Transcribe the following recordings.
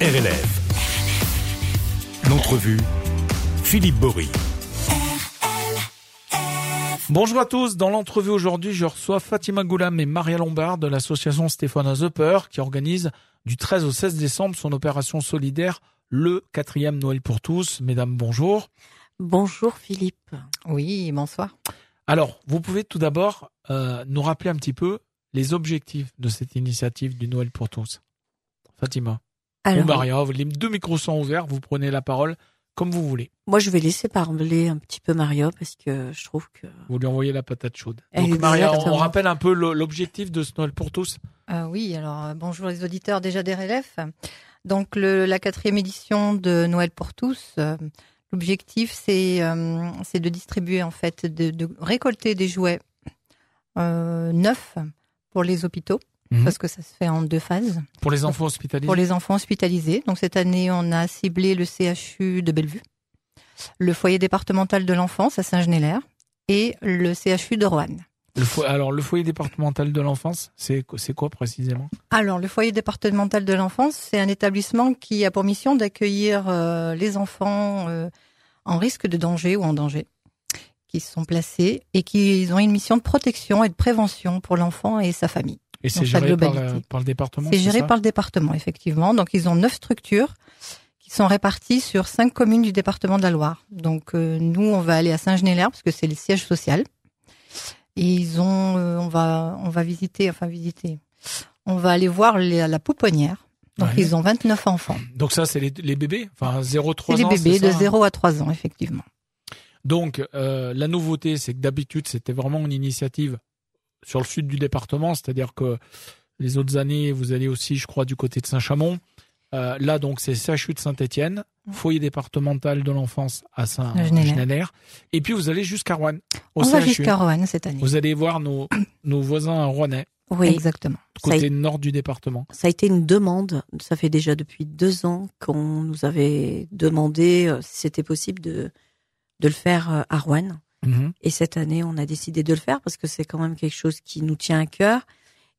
RLF. L'entrevue, Philippe Bory. Bonjour à tous. Dans l'entrevue aujourd'hui, je reçois Fatima Goulam et Maria Lombard de l'association Stéphane Zepper qui organise du 13 au 16 décembre son opération solidaire le quatrième Noël pour tous. Mesdames, bonjour. Bonjour Philippe. Oui, bonsoir. Alors, vous pouvez tout d'abord euh, nous rappeler un petit peu les objectifs de cette initiative du Noël pour tous. Fatima. Alors, Ou Maria, les deux micros sont ouverts, vous prenez la parole comme vous voulez. moi, je vais laisser parler un petit peu Maria parce que je trouve que Vous lui envoyez la patate chaude. Donc Exactement. Maria, on- on rappelle un peu le- l'objectif de ce Noël pour tous. Euh, oui, alors euh, bonjour les auditeurs déjà des RLF. Donc le- la quatrième édition de Noël pour tous. euh, L'objectif c'est euh, c'est de distribuer en fait, de, de récolter des jouets euh, neufs pour les hôpitaux Mhm. parce que ça se fait en deux phases Pour les enfants hospitalisés. pour les enfants hospitalisés. Donc cette année on a ciblé le CHU de Bellevue, le foyer départemental de l'enfance à Saint-Genélaire et le CHU de Roanne. Le fo- Alors, le foyer départemental de l'enfance, c'est co- c'est quoi précisément Alors, le foyer départemental de l'enfance, c'est un établissement qui a pour mission d'accueillir euh, les enfants euh, en risque de danger ou en danger, qui sont placés et qui ils ont une mission de protection et de prévention pour l'enfant et sa famille. Et c'est Dans sa géré par, globalité. la- par le département C'est géré ça par le département, effectivement. Donc, ils ont neuf structures qui sont réparties sur cinq communes du département de la Loire. Donc, euh, nous, on va aller à Saint-Genélaire parce que c'est le siège social. Et ils ont, euh, on va, on va visiter, enfin visiter. On va aller voir les- la pouponnière. Donc, Ouais. ils ont 29 enfants. Donc ça, c'est les, les bébés, enfin 0 C'est 3 des ans. bébés c'est de ça hein. 0 à 3 ans, effectivement. Donc euh, la nouveauté, c'est que d'habitude, c'était vraiment une initiative sur le sud du département, c'est-à-dire que les autres années, vous allez aussi, je crois, du côté de Saint-Chamond. Euh, là, donc, c'est CHU de Saint-Étienne, Mhm. foyer départemental de l'enfance à Genélère. Saint-Génélaire. Et puis, vous allez jusqu'à Rouen, au On va CHU. jusqu'à Roanne cette année. Vous allez voir nos, nos voisins rouennais, oui, Exactement. Ça y est. côté nord du département. ça a été une demande. Ça fait déjà depuis deux ans qu'on nous avait demandé euh, si c'était possible de de le faire euh, à Rouen. Mhm. Et cette année, on a décidé de le faire parce que c'est quand même quelque chose qui nous tient à cœur.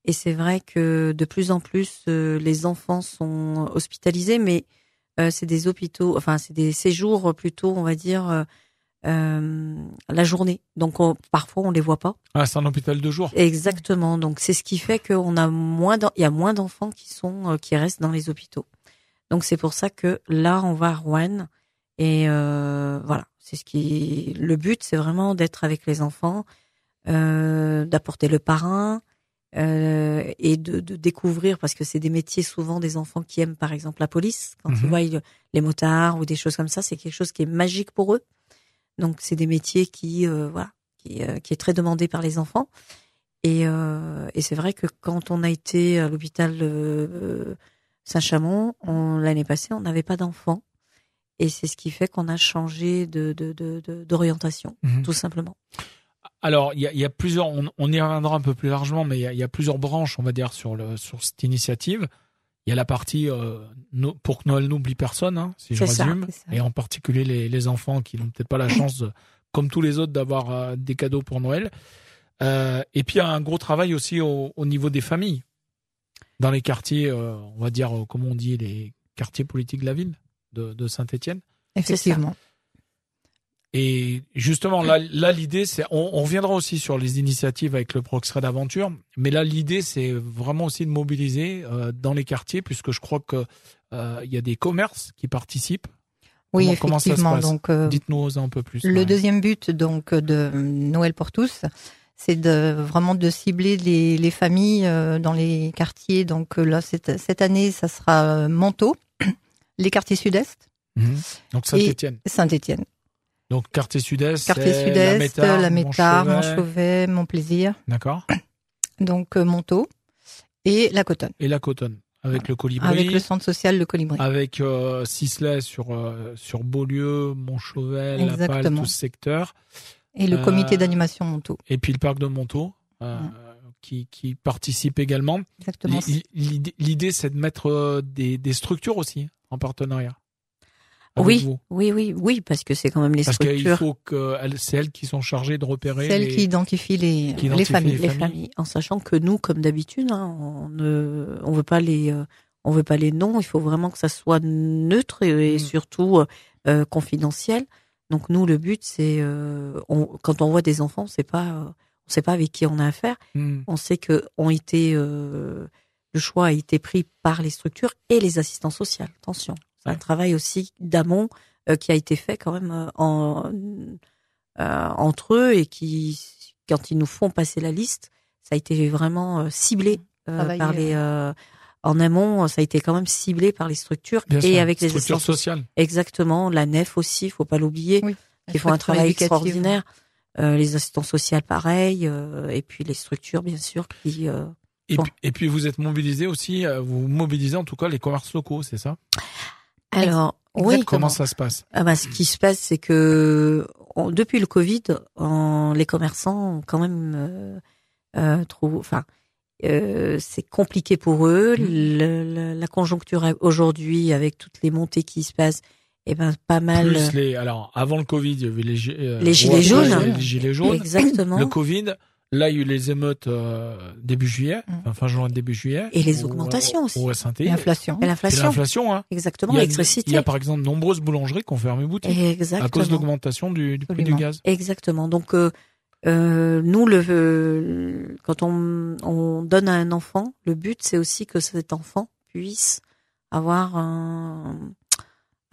Et c'est vrai que de plus en plus, euh, les enfants sont hospitalisés, mais euh, c'est des hôpitaux, enfin c'est des séjours plutôt, on va dire, euh, euh, la journée. Donc on- parfois on les voit pas. Ah, c'est un hôpital de jour. Exactement. Donc c'est ce qui fait qu'on a moins, d'en- il y a moins d'enfants qui sont, euh, qui restent dans les hôpitaux. Donc c'est pour ça que là on va à Rouen et euh, voilà, c'est ce qui, le but c'est vraiment d'être avec les enfants, euh, d'apporter le parrain euh, et de, de découvrir parce que c'est des métiers souvent des enfants qui aiment par exemple la police quand Mhm. ils voient euh, les motards ou des choses comme ça, c'est quelque chose qui est magique pour eux. Donc c'est des métiers qui euh, voilà, qui, euh, qui est très demandé par les enfants. Et, euh, et c'est vrai que quand on a été à l'hôpital euh, Saint-Chamond, on- l'année passée, on n'avait pas d'enfants. Et c'est ce qui fait qu'on a changé de- de- de- de- d'orientation, Mhm. tout simplement. Alors, il y a, il y a plusieurs, on, on y reviendra un peu plus largement, mais il y a, il y a plusieurs branches, on va dire, sur, le, sur cette initiative. Il y a la partie euh, no- pour que Noël n'oublie personne, hein, si je C'est ça, résume, c'est ça. et en particulier les, les enfants qui n'ont peut-être pas la chance, de- comme tous les autres, d'avoir euh, des cadeaux pour Noël. Euh, et puis, il y a un gros travail aussi au, au niveau des familles, dans les quartiers, euh, on va dire, euh, comme on dit, les quartiers politiques de la ville de, de Saint-Étienne. Effectivement. Et justement, là, là l'idée, c'est, on, on reviendra aussi sur les initiatives avec le Proxray d'aventure, mais là, l'idée, c'est vraiment aussi de mobiliser euh, dans les quartiers, puisque je crois que euh, il y a des commerces qui participent. Oui, Comment- comment ça se effectivement. passe Donc, euh, Dites-nous un peu plus. Le Ouais. deuxième but donc de Noël pour tous, c'est de vraiment de cibler les, les familles euh, dans les quartiers. Donc euh, là, cette, cette année, ça sera euh, Manteau, les quartiers sud-est, Mhm. Donc Saint-Étienne. Saint-Étienne, Donc quartier sud-est, quartier c'est sud-est, euh, Métard, la Métard, Montchauvet. Montchauvet, Montplaisir, D'accord. donc euh, Manteau et la Cotonne, Et la Cotonne, avec le colibri, avec avec, le centre social Le Colibri. euh, Sisley sur, euh, sur Beaulieu, Montchauvet, La Palle, Exactement. tout ce secteur. et le euh, comité d'animation Manteau. et puis le parc de Montaut euh, Mmh. Mm. qui, qui participe également. Exactement. L'i- L'idée, l'idée, c'est de mettre euh, des, des structures aussi hein, en partenariat. avec Oui, vous. oui, oui, oui, parce que c'est quand même les parce qu'il structures, faut que elles- c'est elles qui sont chargées de repérer. Celles les- qui identifient les, qui les identifient familles. les les familles, en sachant que nous, comme d'habitude, hein, on ne, on veut pas les, euh, on veut pas les noms, il faut vraiment que ça soit neutre et, et Mm. surtout euh, confidentiel. Donc nous, le but, c'est euh, on- quand on voit des enfants, on sait pas, euh, on sait pas avec qui on a affaire. Hmm. On sait que ont été euh, le choix a été pris par les structures et les assistants sociaux. Attention, c'est un Ouais. travail aussi d'amont euh, qui a été fait quand même euh, en, euh, entre eux et qui, quand ils nous font passer la liste, ça a été vraiment euh, ciblé euh, Travaillé, par les euh, en amont. Ça a été quand même ciblé par les structures Bien et sûr. avec les structures assistants sociales. Exactement, la nef aussi, faut pas l'oublier, Oui, qui font un structure travail hein. éducative. extraordinaire. Euh, les assistants sociaux, pareil, euh, et puis les structures, bien sûr, qui. euh, Et, Bon. puis, et puis vous êtes mobilisé aussi, euh, vous mobilisez en tout cas les commerces locaux, c'est ça Alors, oui. Exactement. Comment ça se passe Ah bah, ce qui se passe, c'est que on- depuis le Covid, en- les commerçants ont quand même euh, euh, trou- Enfin, euh, c'est compliqué pour eux. Mmh. Le- le- la conjoncture aujourd'hui, avec toutes les montées qui se passent, et ben pas mal. Plus les, alors avant le Covid, il y avait les, gi- euh, Les gilets ouais, jaunes. les gilets jaunes. Exactement. Le Covid, là il y a eu les émeutes euh, début juillet, Mm. enfin, fin juin début juillet. Et les Au- augmentations aussi. Au SNT. Et Et L'inflation. L'inflation. l'inflation, hein. Exactement. Il y a- L'électricité. Il y a par exemple de nombreuses boulangeries qui ont fermé boutique Exactement. à cause de l'augmentation du, du prix du Absolument. gaz. Exactement. Donc, euh, euh, nous, le, euh, quand on, on donne à un enfant, le but, c'est aussi que cet enfant puisse avoir un,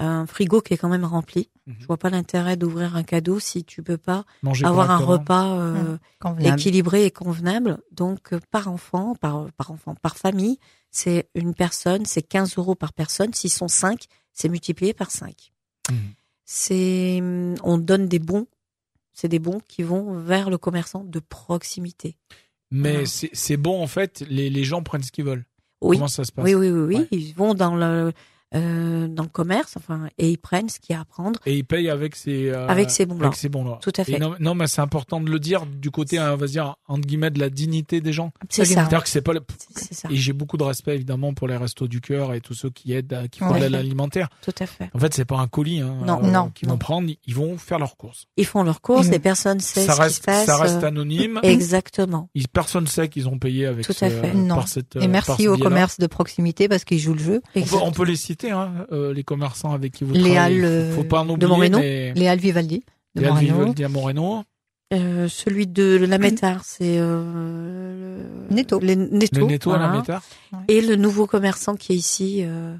un frigo qui est quand même rempli. Mhm. Je vois pas l'intérêt d'ouvrir un cadeau si tu peux pas Manger avoir un correctement. repas euh, Convenable. équilibré et convenable. Donc, euh, par enfant, par, par enfant, par famille, c'est une personne, c'est 15 euros par personne. S'ils sont 5, c'est multiplié par 5. Mhm. C'est, hum, on donne des bons. C'est des bons qui vont vers le commerçant de proximité. Mais Voilà. c'est c'est bon en fait, les, les gens prennent ce qu'ils veulent. Oui. Comment ça se passe Oui, oui, oui, oui. Ouais. Ils vont dans le, euh, dans le commerce, enfin, et ils prennent ce qu'il y a à prendre Et ils payent avec ces euh, avec ces bons-là. avec ces bons-là. Tout à fait. Et non, non, mais Ah, c'est important de le dire du côté, hein, on va dire entre guillemets, de la dignité des gens. C'est ça. C'est-à-dire que c'est pas le- Ah. C'est c'est ça. Et j'ai beaucoup de respect évidemment pour les restos du cœur et tous ceux qui aident, à- qui font Ouais. de l'aide alimentaire. Tout à fait. En fait, c'est pas un colis hein, Non, non, qu'ils non. vont prendre, ils vont faire leurs courses. Ils font leurs courses, Mhm. les personnes savent Ça ce qui se reste, passe. ça reste euh, anonyme. Exactement. Ils- personne sait qu'ils ont payé avec Tout à ce- fait. Non. par cette. Et euh, par merci ce aux biais-là. commerces de proximité parce qu'ils jouent le jeu. On peut, on peut les citer, hein, euh, les commerçants avec qui vous Les travaillez. Halles, faut, faut pas en oublier. Moreno. mais- Les Halles euh, Vivaldi de les Halles Morano. Vivaldi à Moreno, Euh, celui de la Métard, c'est euh, le- Netto. les Netto, le Netto à la voilà. Métard. Et le nouveau commerçant qui est ici. euh,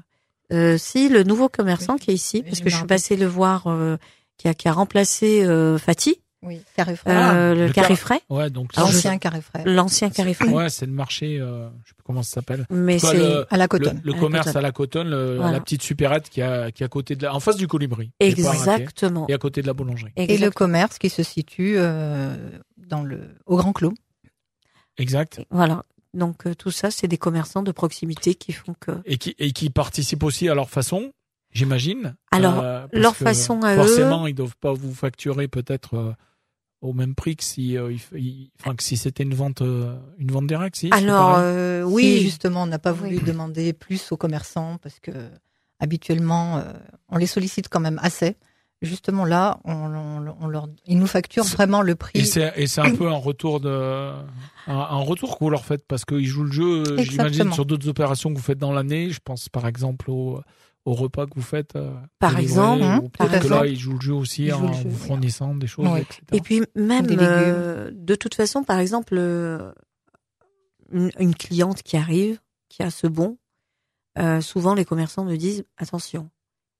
euh, si, le nouveau commerçant Oui. qui est ici, parce Je que me je suis rappelle. passée le voir, euh, qui, a, qui a remplacé euh, Fatih, Oui, Carré Frais. Ah, euh, le, le carré car- frais, Ouais, donc ça, je- L'ancien Carré Frais. l'ancien carré frais. Ouais, c'est le marché, euh, je sais plus comment ça s'appelle. Mais Quoi, c'est le- À la Le, Cotonne. le À la commerce Cotonne. à la Cotonne, le- Voilà. la petite supérette qui a, qui est à côté de la, en face du Colibri. J'ai pas raté. exactement. Et à côté de la boulangerie. Et le Exact- commerce qui se situe euh, dans le, au Grand Clos. Exact. Voilà. Donc euh, tout ça, c'est des commerçants de proximité qui font que Et qui, et qui participent aussi à leur façon, j'imagine. Alors, Euh, parce leur que façon à eux- Forcément, ils doivent pas vous facturer peut-être euh, au même prix que si, euh, ils f- ils- enfin, que si c'était une vente, euh, une vente directe. Si, c'est Alors pareil. euh, Oui, oui, justement, on n'a pas voulu Oui. demander plus aux commerçants parce que habituellement, euh, on les sollicite quand même assez. Justement là, on, on- on leur, ils nous facturent C'est- vraiment le Et prix. c'est et c'est un peu un retour de un, un retour que vous leur faites parce qu'ils jouent le jeu. euh, J'imagine Exactement. sur d'autres opérations que vous faites dans l'année. Je pense par exemple au, au repas que vous faites. euh, Par délivré, exemple, ou hein, peut-être par que là exemple. ils jouent le jeu aussi Ils en jouent le jeu, vous voilà. fournissant des choses, Ouais. etc. Et puis même, Des légumes. euh, de toute façon, par exemple, euh, une, une cliente qui arrive, qui a ce bon, euh, souvent les commerçants me disent attention,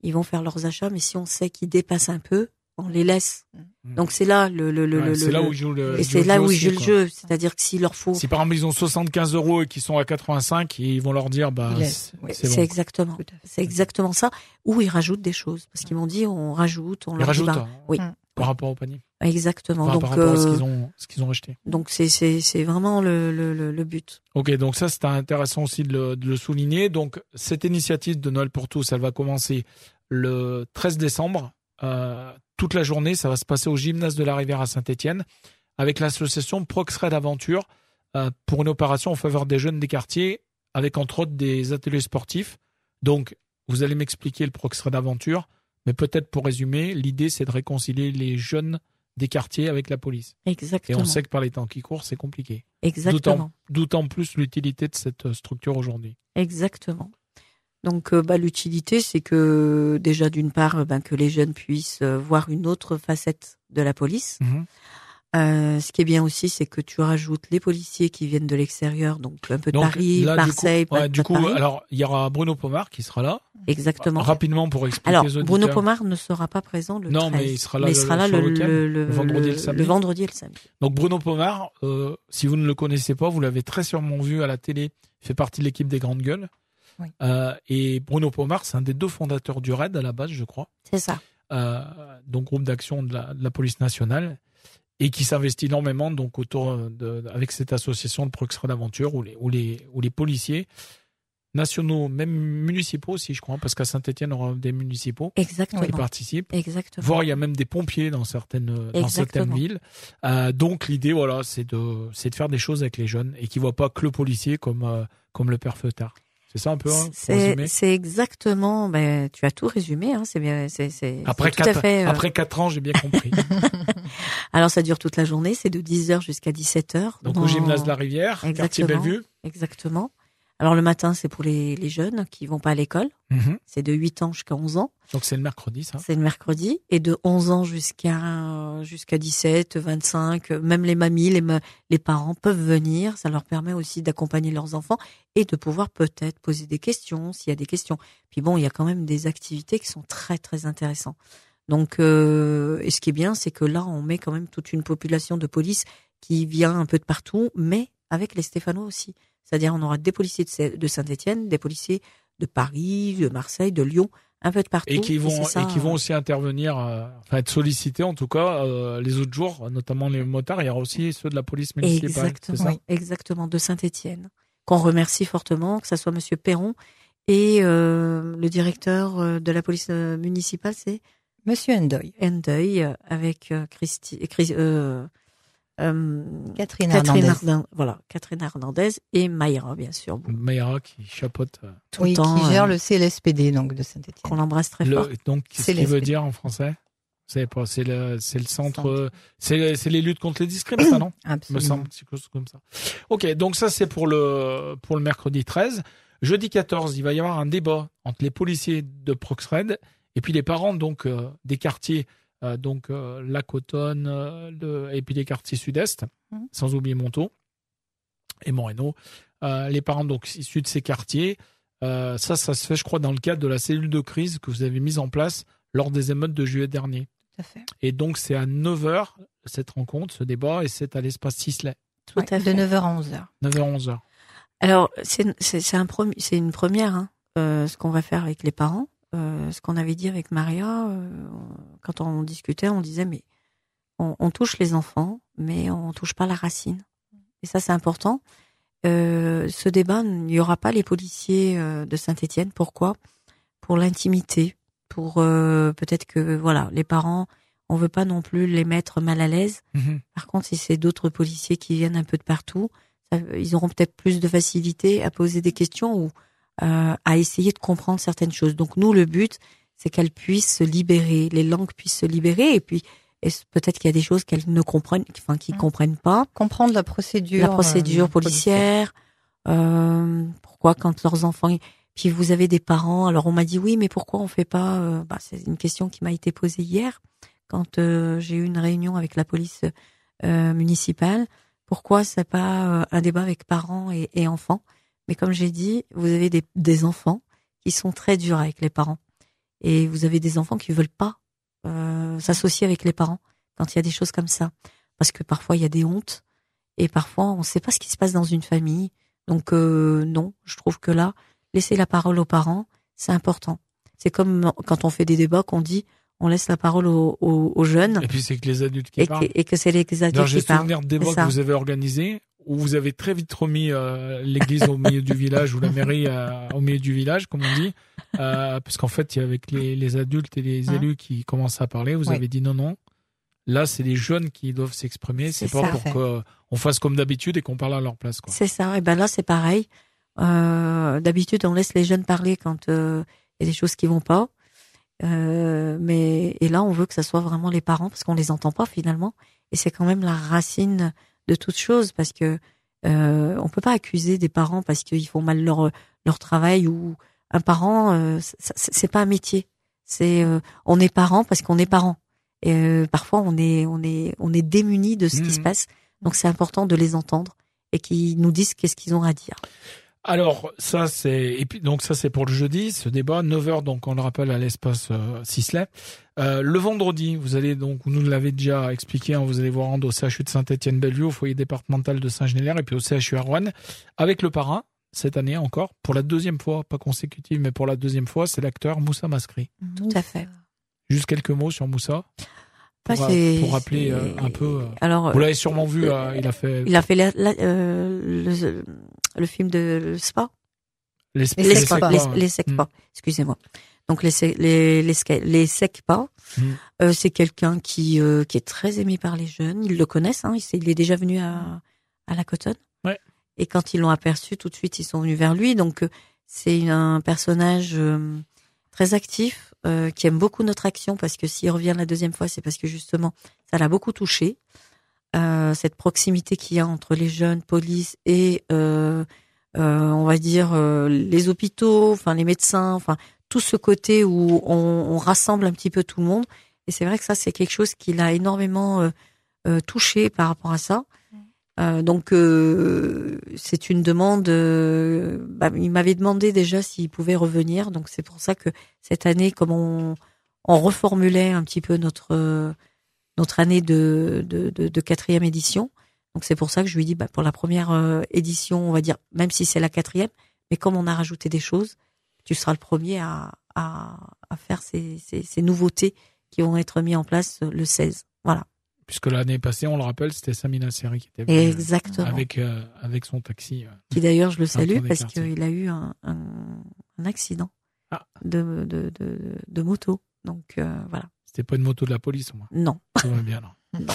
ils vont faire leurs achats, mais si on sait qu'ils dépassent un peu, on les laisse. Mm. Donc c'est là le, le, le, Ouais, le- c'est le- là où ils jouent le, et ils jouent c'est là jeu où ils aussi, jouent le quoi. jeu, c'est-à-dire que s'il leur faut, Si par exemple ils ont 75 euros et qu'ils sont à 85, ils vont leur dire bah Ils laissent, c'est oui. c'est c'est bon. Mm. exactement, Tout à fait. c'est exactement ça. Ou ils rajoutent des choses parce qu'ils m'ont dit on rajoute, on Ils leur dit, rajoutent bah, hein, oui. par rapport au panier, exactement. Enfin, donc par rapport à ce euh, qu'ils ont ce qu'ils ont acheté. donc c'est c'est c'est vraiment le le, le, le but. Ok, donc ça c'est intéressant aussi de le, de le souligner. Donc cette initiative de Noël pour tous, elle va commencer le 13 décembre. Euh, toute la journée, ça va se passer au gymnase de la Rivière à Saint-Étienne avec l'association Proxray d'Aventure euh, pour une opération en faveur des jeunes des quartiers avec entre autres des ateliers sportifs. Donc vous allez m'expliquer le Proxray d'Aventure, mais peut-être pour résumer, l'idée c'est de réconcilier les jeunes des quartiers avec la police. Et Exactement. on sait que par les temps qui courent, c'est compliqué. Exactement. D'autant plus l'utilité de cette euh, structure aujourd'hui. Exactement. Donc euh, bah, l'utilité, c'est que déjà d'une part, euh, ben, que les jeunes puissent euh, voir une autre facette de la police. Mhm. Euh, ce qui est bien aussi, c'est que tu rajoutes les policiers qui viennent de l'extérieur, donc un peu de Donc, Paris, là, du Marseille, coup, pas- ouais, du pas coup, Paris. alors il y aura Bruno Pomar qui sera là exactement. rapidement pour expliquer Alors, aux Bruno auditeurs. Pomar ne sera pas présent le Non, mais 13, il sera là mais le- il sera là sur le, le week-end, le- le- le vendredi et le le samedi. vendredi et le samedi. Donc Bruno Pomar, euh, si vous ne le connaissez pas, vous l'avez très sûrement vu à la télé, il fait partie de l'équipe des Grandes Gueules. Oui. Euh, et Bruno Pomar, c'est un des deux fondateurs du RAID à la base, je crois, C'est ça. euh, donc groupe d'action de la, de la police nationale, et qui s'investit énormément donc autour euh, de, avec cette association de Proxra d'Aventure où les, où, les, où les policiers nationaux, même municipaux aussi, je crois, parce qu'à Saint-Etienne, on aura des municipaux Exactement. qui participent Exactement. voire il y a même des pompiers dans certaines, dans certaines Exactement. villes. Euh, donc l'idée, voilà, c'est de, c'est de faire des choses avec les jeunes et qui voient pas que le policier comme, euh, comme le père Feutard. C'est ça un peu, hein, pour résumer C'est c'est exactement. Ben, tu as tout résumé. Hein, c'est bien. C'est c'est- après c'est tout à quatre, fait. euh, après quatre ans, j'ai bien compris. Alors ça dure toute la journée, c'est de 10h jusqu'à 17h. Donc au gymnase de la Rivière, quartier Oh. Exactement. Bellevue. Exactement. Alors le matin, c'est pour les, les jeunes qui vont pas à l'école. Mhm. C'est de 8 ans jusqu'à 11 ans. Donc c'est le mercredi, ça. C'est le mercredi. Et de 11 ans jusqu'à jusqu'à 17, 25, euh, même les mamies, les, ma- les parents peuvent venir. Ça leur permet aussi d'accompagner leurs enfants et de pouvoir peut-être poser des questions s'il y a des questions. Puis bon, il y a quand même des activités qui sont très très intéressantes. Donc, euh, et ce qui est bien, c'est que là, on met quand même toute une population de police qui vient un peu de partout, mais avec les Stéphanois aussi. C'est-à-dire, on aura des policiers de Sa- de Saint-Étienne, des policiers de Paris, de Marseille, de Lyon, un peu de partout. Et qui vont, c'est ça, et qui vont aussi intervenir, euh, enfin être sollicités en tout cas, euh, les autres jours, notamment les motards. Il y aura aussi ceux de la police municipale. c'est ça Exactement, exactement, de Saint-Étienne, qu'on remercie fortement, que ça soit Monsieur Perron et euh, le directeur euh, de la police euh, municipale, c'est Monsieur Endoy, Endeuil, euh, avec euh, Christi, euh, Chris- euh, euh, Catherine, Catherine Hernandez. Hernandez, voilà, Catherine Hernandez et Mayra, bien sûr, bon, Mayra qui chapeaute euh, tout Oui, le temps, qui gère euh, le CLSPD donc de qu'on Saint-Étienne. l'embrasse très Le- fort. donc, qu'est-ce C'est qu'il veut l'esprit. dire en français Vous savez pas, c'est le, c'est le centre, Centre. euh, c'est le- c'est les luttes contre les discriminations, ça, non Me Absolument. semble, quelque chose comme ça. Ok, donc ça c'est pour le pour le mercredi 13. Jeudi 14, il va y avoir un débat entre les policiers de Proxred et puis les parents donc euh, des quartiers, euh, donc euh, la Cotonne euh, le- et puis les quartiers sud-est, Mhm. sans oublier Montaut et Moreno. Euh, les parents donc issus de ces quartiers. Euh, ça, ça se fait, je crois, dans le cadre de la cellule de crise que vous avez mise en place lors des émeutes de juillet dernier. Tout à fait. Et donc, c'est à 9h cette rencontre, ce débat, et c'est à l'espace Sisley. Tout à Ouais, fait. De 9h à 11h. 9h-11h. Alors, c'est c'est- c'est un premi- c'est une première, hein, euh, ce qu'on va faire avec les parents. Euh, ce qu'on avait dit avec Maria, euh, on- quand on discutait, on disait, mais on, on touche les enfants, mais on touche pas la racine. Et ça, c'est important. Euh, ce débat, il n'y aura pas les policiers euh, de Saint-Étienne. Pourquoi Pour l'intimité. Pour euh, peut-être que voilà, les parents, on veut pas non plus les mettre mal à l'aise. Par contre, si c'est d'autres policiers qui viennent un peu de partout, ça- ils auront peut-être plus de facilité à poser des questions ou euh, à essayer de comprendre certaines choses. Donc nous, le but, c'est qu'elles puissent se libérer, les langues puissent se libérer, et puis et c- peut-être qu'il y a des choses qu'elles ne comprennent, enfin qu'ils Mm. comprennent pas. Comprendre la procédure. La procédure euh, policière, euh, pourquoi quand leurs enfants... Puis vous avez des parents, alors on m'a dit oui, mais pourquoi on fait pas... euh, bah, c'est une question qui m'a été posée hier quand euh, j'ai eu une réunion avec la police euh, municipale. Pourquoi c'est pas euh, un débat avec parents et, et enfants Mais comme j'ai dit, vous avez des, des enfants qui sont très durs avec les parents et vous avez des enfants qui veulent pas euh, s'associer avec les parents quand il y a des choses comme ça, parce que parfois il y a des hontes et parfois on ne sait pas ce qui se passe dans une famille. Donc euh, non, je trouve que là, laisser la parole aux parents, c'est important. C'est comme quand on fait des débats qu'on dit, on laisse la parole aux, aux- aux jeunes Et puis c'est que les adultes qui et que, parlent. et que c'est les D'ailleurs, adultes j'ai qui parlent. souvenir de débats c'est ça. que vous avez organisés où vous avez très vite remis euh, l'église au milieu du village ou la mairie euh, au milieu du village, comme on dit, euh, parce qu'en fait, il y a avec les, les adultes et les Hein. élus qui commencent à parler. Vous Oui. avez dit non, non. Là, c'est les jeunes qui doivent s'exprimer. C'est C'est pas ça. pour Fait. qu'on fasse comme d'habitude et qu'on parle à leur place. Quoi. C'est ça. Et ben là, c'est pareil. Euh, D'habitude, on laisse les jeunes parler quand euh, il y a des choses qui vont pas. Euh, mais et là, on veut que ça soit vraiment les parents parce qu'on les entend pas finalement. Et c'est quand même la racine de toute chose parce que euh, on peut pas accuser des parents parce qu'ils font mal leur leur travail ou un parent, euh, c'est- c'est pas un métier. C'est euh, on est parent parce qu'on est parent. Et euh, parfois on est on est on est démuni de ce Mhm. qui se passe. Donc c'est important de les entendre et qu'ils nous disent qu'est-ce qu'ils ont à dire. Alors ça c'est et puis donc ça c'est pour le jeudi ce débat 9h donc on le rappelle à l'espace euh, Sisley. Euh, le vendredi, vous allez donc vous nous l'avez déjà expliqué hein, vous allez vous rendre au CHU de Saint-Étienne-Bellevue au foyer départemental de Saint-Génélaire et puis au CHU à Rouen avec le parrain cette année encore pour la deuxième fois pas consécutive mais pour la deuxième fois, c'est l'acteur Moussa Mascri. Tout à fait. Juste quelques mots sur Moussa pour, Ça, euh, c'est- pour rappeler euh, c'est- un peu euh, Alors Vous l'avez sûrement vu, euh, euh, il a fait il a fait la- la- euh, le, le film de le spa. les, Les les secs sec pas. les, hein. les secs pas, excusez-moi. Donc les sec- les les, sec- les sec pas, Mm. euh, c'est quelqu'un qui euh, qui est très aimé par les jeunes. Ils le connaissent, hein, il, s'est- il est déjà venu à à la Cotonne. Ouais. Et quand ils l'ont aperçu, tout de suite ils sont venus vers lui. Donc euh, c'est un personnage euh, très actif euh, qui aime beaucoup notre action parce que s'il revient la deuxième fois, c'est parce que justement ça l'a beaucoup touché. Euh, cette proximité qu'il y a entre les jeunes, police et euh, euh, on va dire euh, les hôpitaux, enfin les médecins, enfin tout ce côté où on, on rassemble un petit peu tout le monde. Et c'est vrai que ça c'est quelque chose qui l'a énormément euh, euh, touché par rapport à ça. Euh, donc euh, c'est une demande. euh, bah, il m'avait demandé déjà s'il pouvait revenir. Donc c'est pour ça que cette année, comme on, on reformulait un petit peu notre euh, notre année de de, de, de quatrième édition. Donc c'est pour ça que je lui dis, bah, pour la première euh, édition, on va dire, même si c'est la quatrième, mais comme on a rajouté des choses, tu seras le premier à, à, à faire ces, ces, ces nouveautés qui vont être mises en place euh, le 16. Voilà. puisque l'année passée, on le rappelle, c'était Samina Seri qui était venue Exactement. avec euh, avec son taxi. euh. Qui d'ailleurs, je le tour salue des parce quartiers. qu'il a eu un, un, un accident Ah. de, de, de, de moto. Donc euh, voilà. C'était pas une moto de la police, au moins. Non. Tout va bien. là. Mm. Non.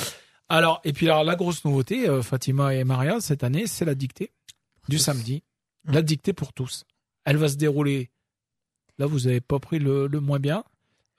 Alors, et puis alors, la grosse nouveauté, euh, Fatima et Maria, cette année, c'est la dictée du tous. samedi. Mm. La dictée pour tous. Elle va se dérouler. Là, vous n'avez pas pris le, le moins bien.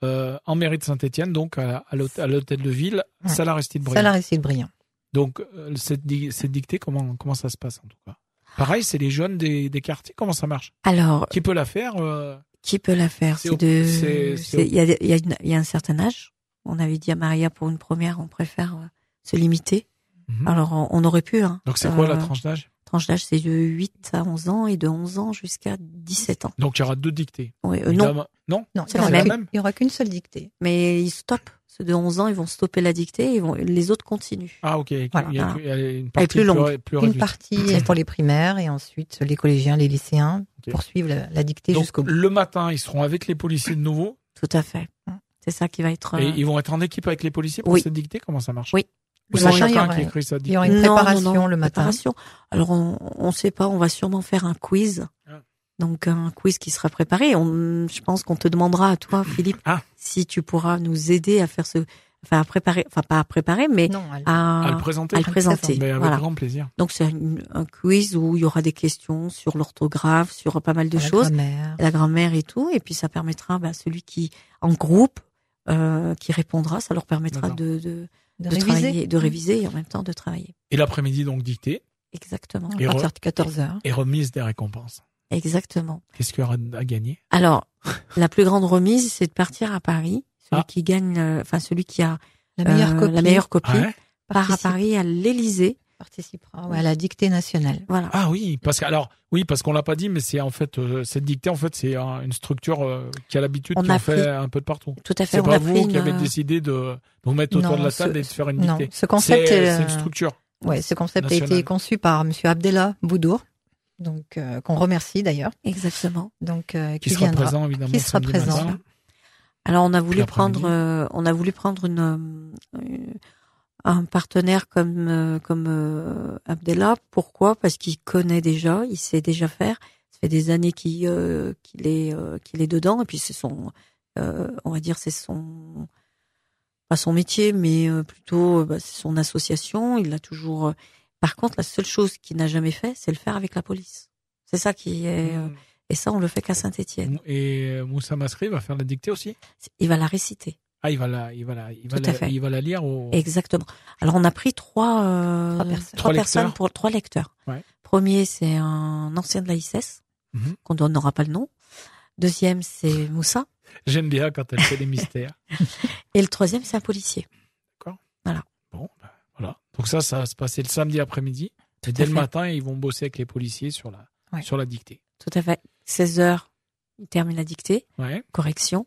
euh, en mairie de Saint-Etienne, donc à, à l'hôte- à l'hôtel de ville, Mm. salle Aristide Briand. Ça, la réussite brillant. Donc, euh, cette, di- cette dictée, comment, comment ça se passe en tout cas Pareil, c'est les jeunes des, des quartiers, comment ça marche Alors, Qui peut la faire euh, qui peut la faire C'est C'est au- de. c'est- c'est c'est- Il y a, il y, a une- il y a un certain âge. On avait dit à Maria pour une première, on préfère euh, se limiter. Mhm. Alors on, on aurait pu. Hein. Donc, c'est quoi la Euh, tranche d'âge tranche d'âge, c'est de 8 à 11 ans et de 11 ans jusqu'à 17 ans. Donc, il y aura deux dictées. Ouais, euh, Une non, dame- Non Non, C'est il n'y aura, la qu'une- même. il y aura qu'une seule dictée. mais ils stoppent. Ceux de 11 ans, ils vont stopper la dictée et ils vont, les autres continuent. Ah, ok. Il y a- Voilà. il y a, Ah. il y a une partie plus longue. plus Une réduite. partie est pour les primaires et ensuite les collégiens, les lycéens Ok. poursuivent la, la dictée Donc, jusqu'au bout. le matin, ils seront avec les policiers de nouveau. Tout à fait. Mhm. C'est ça qui va être. Et euh, ils vont être en équipe avec les policiers pour Oui. cette dictée Comment ça marche Oui. Ou Le c'est matin, il y chacun aura- qui écrit sa Il y dictée aura une Non, préparation non, non, le matin. préparation. Alors, on on sait pas, on va sûrement faire un quiz. Ah. Donc, un quiz qui sera préparé. On, je pense qu'on te demandera à toi, Philippe, Ah. si tu pourras nous aider à faire ce, enfin, à préparer, enfin, pas à préparer, mais Non, elle- à le à, présenter à le présenter. Mais avec Voilà. grand plaisir. Donc, c'est une- un quiz où il y aura des questions sur l'orthographe, sur pas mal de la choses. grammaire. la grammaire et tout, et puis ça permettra bah, celui qui en groupe euh, qui répondra, ça leur permettra D'accord. de, de, de de réviser. Mmh. travailler, de réviser et en même temps de travailler. Et l'après-midi, donc, dictée Exactement, À Et re- partir de 14h. et remise des récompenses. exactement. Qu'est-ce qu'il y aura à gagner Alors, la plus grande remise, c'est de partir à Paris. Celui Ah. qui gagne, euh, enfin celui qui a La meilleure euh, copie la meilleure copie ah, ouais part à participe- Paris à l'Élysée. participera Ah ouais, à la dictée nationale. Voilà. Ah oui, parce que alors oui, parce qu'on l'a pas dit, mais c'est en fait euh, cette dictée en fait c'est euh, une structure euh, qui a l'habitude On qui en a fait pris- un peu de partout. Tout à fait. Ah. C'est On pas a pris vous qui une, avez euh, décidé de vous mettre autour Non, de la ce- table et de faire une Non, dictée. ce C'est concept, est, c'est euh, une structure. ouais, ce concept a nationale. été conçu par Monsieur Abdella Boudour, donc euh, qu'on remercie d'ailleurs, Exactement. donc euh, Qui, qui, sera viendra. présent évidemment Qui sera samedi présent. matin. Alors on a Puis voulu l'après-midi. prendre, euh, on a voulu prendre une, euh, une- un partenaire comme euh, comme euh, Abdella. Pourquoi Parce qu'il connaît déjà, il sait déjà faire. Ça fait des années qu'il euh, qu'il est euh, qu'il est dedans. Et puis c'est son, euh, on va dire c'est son pas son métier, mais euh, plutôt euh, bah, c'est son association. Il l'a toujours. euh. Par contre, la seule chose qu'il n'a jamais fait, c'est le faire avec la police. C'est ça qui est Mmh. euh, et ça on le fait qu'à Saint-Étienne. Et euh, Moussa Masri va faire la dictée aussi. Il va la réciter. Ah, il va la, il va la, il va, Tout à la, fait. il va la lire au. Exactement. Alors on a pris trois, euh, Trois personnes. Trois personnes lecteurs. pour trois lecteurs. Ouais. Premier c'est un ancien de la E ISS Mhm. qu'on donnera pas le nom. Deuxième, c'est Moussa. J'aime bien quand elle fait des mystères. Et le troisième, c'est un policier. Bon, ben, voilà. Donc ça, ça va se passer le samedi après-midi. Et dès à le fait. matin, ils vont bosser avec les policiers sur la, Ouais. sur la dictée. Tout à fait. 16 heures, il termine la dictée, Ouais. correction.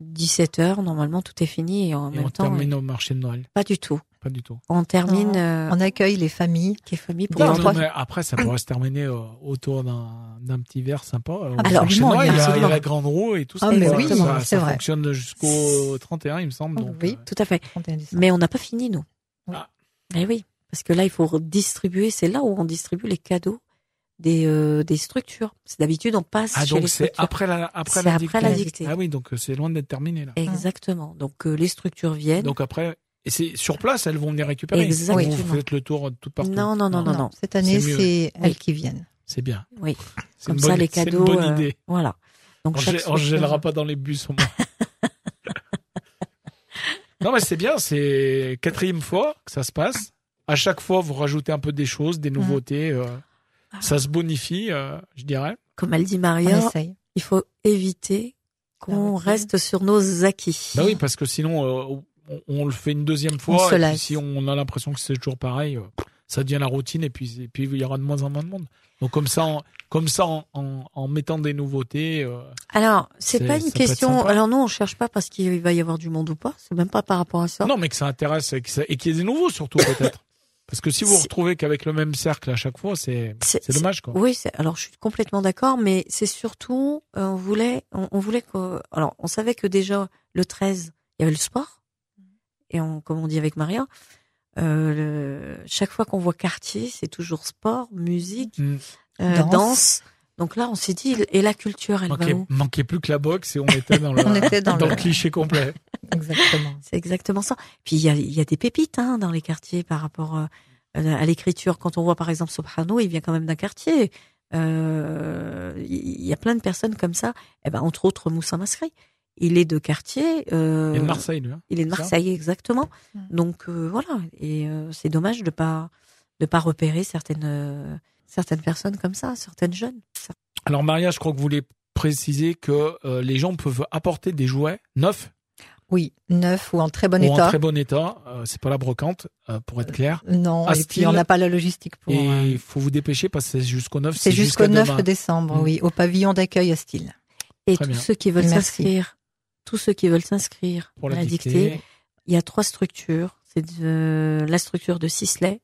17 heures, normalement, tout est fini et en Et même on temps, termine au marché de Noël. pas du tout. Pas du tout. On termine Ah. euh, On accueille les familles. qui est famille pour les Non, non, enfants. trois- mais après, ça pourrait se terminer euh, autour d'un d'un petit verre sympa. Ah, euh, au Absolument, marché de Noël. il y a, il y a il y a absolument. la grande roue et tout ça. Ah, mais quoi. oui, ça, c'est ça vrai. fonctionne jusqu'au 31, il me Ah, semble. Donc, Oui. euh, Tout à fait. 31 décembre. Mais on n'a pas fini, nous. Ah. Eh oui, parce que là, il faut redistribuer. C'est là où on distribue les cadeaux des, euh, des structures. C'est d'habitude, on passe Ah, chez les donc c'est structures. après la, après C'est la après dictée. la dictée. Ah oui, donc euh, c'est loin d'être terminé là. Exactement. Donc, euh, les structures viennent. Donc après, et c'est sur place, elles vont venir récupérer. Exactement. Ou Vous faites le tour de tout partout. Non, non, non, non, non. Cette année, C'est mieux. c'est Oui. elles qui viennent. C'est bien. Oui. C'est Comme une ça, bonne- les c'est une cadeaux. bonne euh, idée. voilà. Donc, On chaque gè- on structure- gèlera pas dans les bus au moins. non mais c'est bien, c'est quatrième fois que ça se passe. À chaque fois, vous rajoutez un peu des choses, Mmh. des nouveautés. euh, Ah. ça se bonifie, euh, je dirais. Comme elle dit On Maria, essaye. il faut éviter qu'on Ah, oui. reste sur nos acquis. Bah oui, parce que sinon, euh, on, on le fait une deuxième fois. On se et puis lasse. si on a l'impression que c'est toujours pareil, euh, ça devient la routine et puis, et puis il y aura de moins en moins de monde. Donc comme ça, en, comme ça, en, en- en mettant des nouveautés, euh, Alors, C'est- c'est pas ça une peut être question. sympa. Alors, nous, on cherche pas parce qu'il va y avoir du monde ou pas. C'est même pas par rapport à Ah. ça. Non, mais que ça intéresse et que ça- et qu'il y ait des nouveaux surtout peut-être. Parce que si vous vous C'est- retrouvez qu'avec le même cercle à chaque fois, c'est C'est- c'est dommage quoi. Oui, c'est- alors je suis complètement d'accord, mais c'est surtout, euh, on voulait, on, on voulait que, alors on savait que déjà le 13, il y avait le sport, et on, comme on dit avec Maria, euh, le- chaque fois qu'on voit quartier, c'est toujours sport, musique, Mm. euh, danse. Danse. Donc là, on s'est dit, et la culture, elle Manquait, va où manquait plus que la boxe et on était dans le, bah On était dans dans le- le cliché complet. Exactement. C'est exactement ça. Puis il y a, il y a des pépites hein, dans les quartiers par rapport euh, à l'écriture. Quand on voit par exemple Soprano, il vient quand même d'un quartier. Euh, Il il y a plein de personnes comme ça. Eh ben, entre autres Moussa Masri. Il est de quartier. euh, Et de Marseille, lui. hein. il est de ça. Marseille exactement. Mm. Donc euh, voilà. Et euh, c'est dommage de pas de pas repérer certaines euh, certaines personnes comme ça, certaines jeunes. Ça- Alors Maria, je crois que vous voulez préciser que euh, les gens peuvent apporter des jouets neufs Oui, neuf ou en très bon ou en état. très bon état. Euh, c'est pas la brocante, euh, pour être clair. Non, Ah, et puis on style. n'a pas la logistique pour. et euh, il faut vous dépêcher parce que c'est jusqu'au 9. C'est jusqu'au 9 demain. décembre, Mm. oui, au pavillon d'accueil à Style. Et Très tous bien. ceux qui veulent Merci. s'inscrire, tous ceux qui veulent s'inscrire pour la, à dictée. Il y a trois structures. C'est de- la structure de Sisley,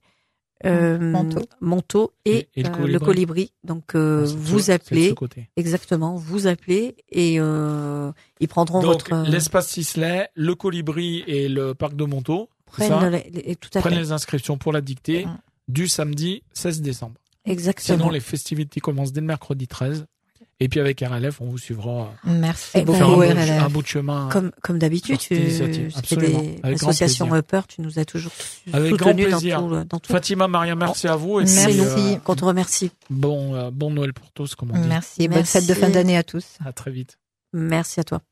euh, Manteau. Manteau et, Et- et le euh, colibri. Donc euh, Bon, c'est de ce- c'est vous de ce appelez, côté. exactement, vous appelez et euh, ils prendront Donc votre euh, l'espace Sisley, le colibri et le parc de Montaut. c'est ça prennent les- les- tout à Prenez fait. les inscriptions pour la dictée Mm. du samedi 16 décembre. Exactement. Sinon, les festivités commencent dès le mercredi 13. Et puis avec RLF, on vous suivra Merci Eh ben, euh, faire beaucoup, un, bout, oui, RLF. un bout de chemin Comme, comme d'habitude, euh, Sur tu- cette initiative, c'est absolument. des Avec grand l'association plaisir. Upper, tu nous as toujours sou- Avec grand soutenus dans plaisir. tout. le- Dans tout. Fatima, Maria, merci à vous. Et puis, Merci. euh, Qu'on te remercie. bon, euh, bon Noël pour tous, comme on dit. Merci, bonne Merci. fête de fin d'année à tous. À très vite. Merci à toi.